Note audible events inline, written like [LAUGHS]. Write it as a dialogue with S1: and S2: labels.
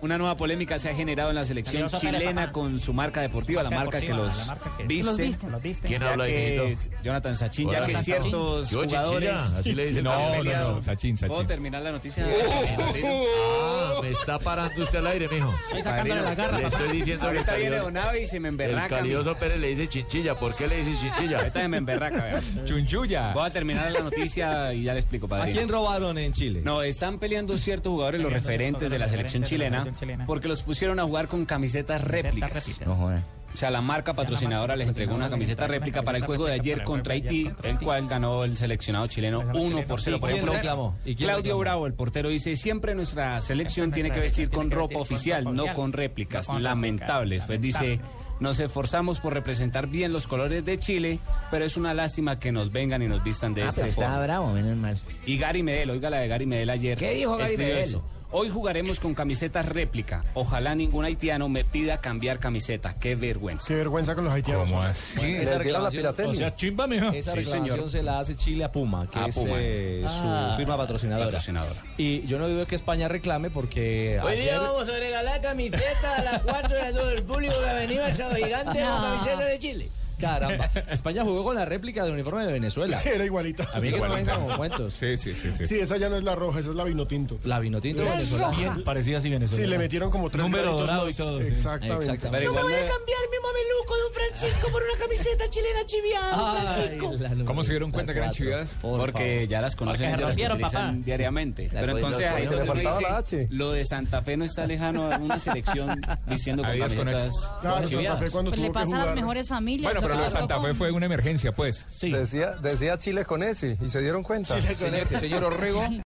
S1: Una nueva polémica se ha generado en la selección
S2: Nervioso Pérez,
S1: chilena
S2: ajá.
S1: con su marca deportiva, la marca que
S2: deportiva,
S1: los
S2: la marca que-
S3: Los
S1: viste.
S3: viste.
S2: ¿Los viste?
S4: ¿Quién
S1: Ya
S4: habla
S1: que
S4: de
S1: Jonathan Sachin, ya
S4: Hola,
S1: que
S4: Jonathan
S1: ciertos
S4: Yo, Chinchilla,
S1: jugadores...
S4: así le dicen también.
S3: [LAUGHS] No, no, no, Sachin,
S1: ¿Puedo
S3: Sachin.
S1: terminar la noticia?
S4: Ah, me está parando usted al aire, mijo.
S2: Estoy sacándole
S1: Padrino,
S2: la garra.
S4: Le
S2: papá.
S4: estoy diciendo que el
S1: Ahorita viene
S4: calioso,
S1: Donavi y se me
S4: el
S1: emberraca. mi-
S4: calioso Pérez le dice chinchilla. ¿Por qué le dice chinchilla?
S1: Ahorita se me emberraca, vea.
S3: Chunchuya.
S1: Voy a terminar la noticia y ya le explico,
S3: ¿A
S1: padrino.
S3: quién robaron en Chile?
S1: No, están peleando ciertos jugadores, los
S2: Peleando
S1: referentes
S2: ciertos
S1: de la
S2: referentes
S1: selección
S2: de la
S1: chilena,
S2: selección chilena.
S1: porque los pusieron a jugar con camisetas réplicas.
S2: réplica. No
S1: joder. O sea, la marca patrocinadora les entregó una camiseta réplica para el juego de ayer contra Haití, el cual ganó el seleccionado chileno 1 por 0. Por
S3: ¿Y quién
S1: ejemplo,
S3: reclamó? ¿Y quién
S1: Claudio
S3: reclamó?
S1: Bravo, el portero, dice, siempre nuestra selección tiene que vestir con ropa oficial, no con réplicas. Lamentable. Después dice, nos esforzamos por representar bien los colores de Chile, pero es una lástima que nos vengan y nos vistan de esta forma.
S5: bravo, menos mal.
S1: Y Gary Medel, oiga la de Gary Medel ayer.
S5: ¿Qué dijo Gary
S1: escribió
S5: Medel?
S1: eso. Hoy jugaremos con camisetas réplica. Ojalá ningún haitiano me pida cambiar camiseta. Qué vergüenza.
S6: Qué vergüenza con los haitianos.
S3: esa reclamación, o sea,
S4: chimba, mijo.
S3: esa
S1: Sí,
S3: reclamación
S1: señor.
S3: se la hace Chile a Puma, que
S1: A
S3: es
S1: Puma. Ah.
S3: eh, su firma patrocinadora.
S1: Patrocinadora.
S3: Y yo no dudo que España reclame porque
S4: Hoy día
S3: ayer
S4: vamos a regalar camiseta a las 4 de todo el público que venía a Sao Gigante con camiseta de Chile.
S3: Caramba, España jugó con la réplica del uniforme de Venezuela.
S6: [LAUGHS] Era igualito.
S3: [LAUGHS] A mí que no me vengan con cuentos.
S4: Sí, sí, sí.
S6: Sí, esa ya no es la roja, esa es la vinotinto.
S3: La vinotinto de Venezuela.
S2: Parecía así
S6: Sí,
S2: Venezuela.
S6: le metieron como tres
S2: Número
S6: graditos
S2: dorado
S6: más.
S2: y todo, sí.
S6: Exactamente.
S3: Exactamente.
S1: igual no-
S4: Cambiar mi mameluco de un Francisco por una camiseta chilena chiviada.
S3: ¿Cómo se dieron cuenta que eran chividas?
S1: Porque ya las conocen
S2: Porque
S1: y
S2: se
S1: las
S2: rompieron,
S1: utilizan
S2: papá.
S1: diariamente.
S5: Las
S1: Pero
S5: cogí-
S1: entonces
S5: las
S1: ahí
S5: cogí-
S1: donde
S5: le
S1: uno
S5: faltaba la
S1: dice,
S5: H.
S1: lo de Santa Fe no está lejano a una selección diciendo con camisetas
S6: Claro, Santa Fe
S1: chiviadas.
S6: cuando
S7: Pues le
S6: tuvo que
S7: pasa a
S6: jugar.
S7: las mejores familias.
S8: Bueno, pero lo de
S7: que pasó
S8: Santa Fe
S7: con-
S8: fue una emergencia, pues.
S2: Sí.
S9: Decía, decía Chile con ese y se dieron cuenta.
S1: Señor- señor Orrego,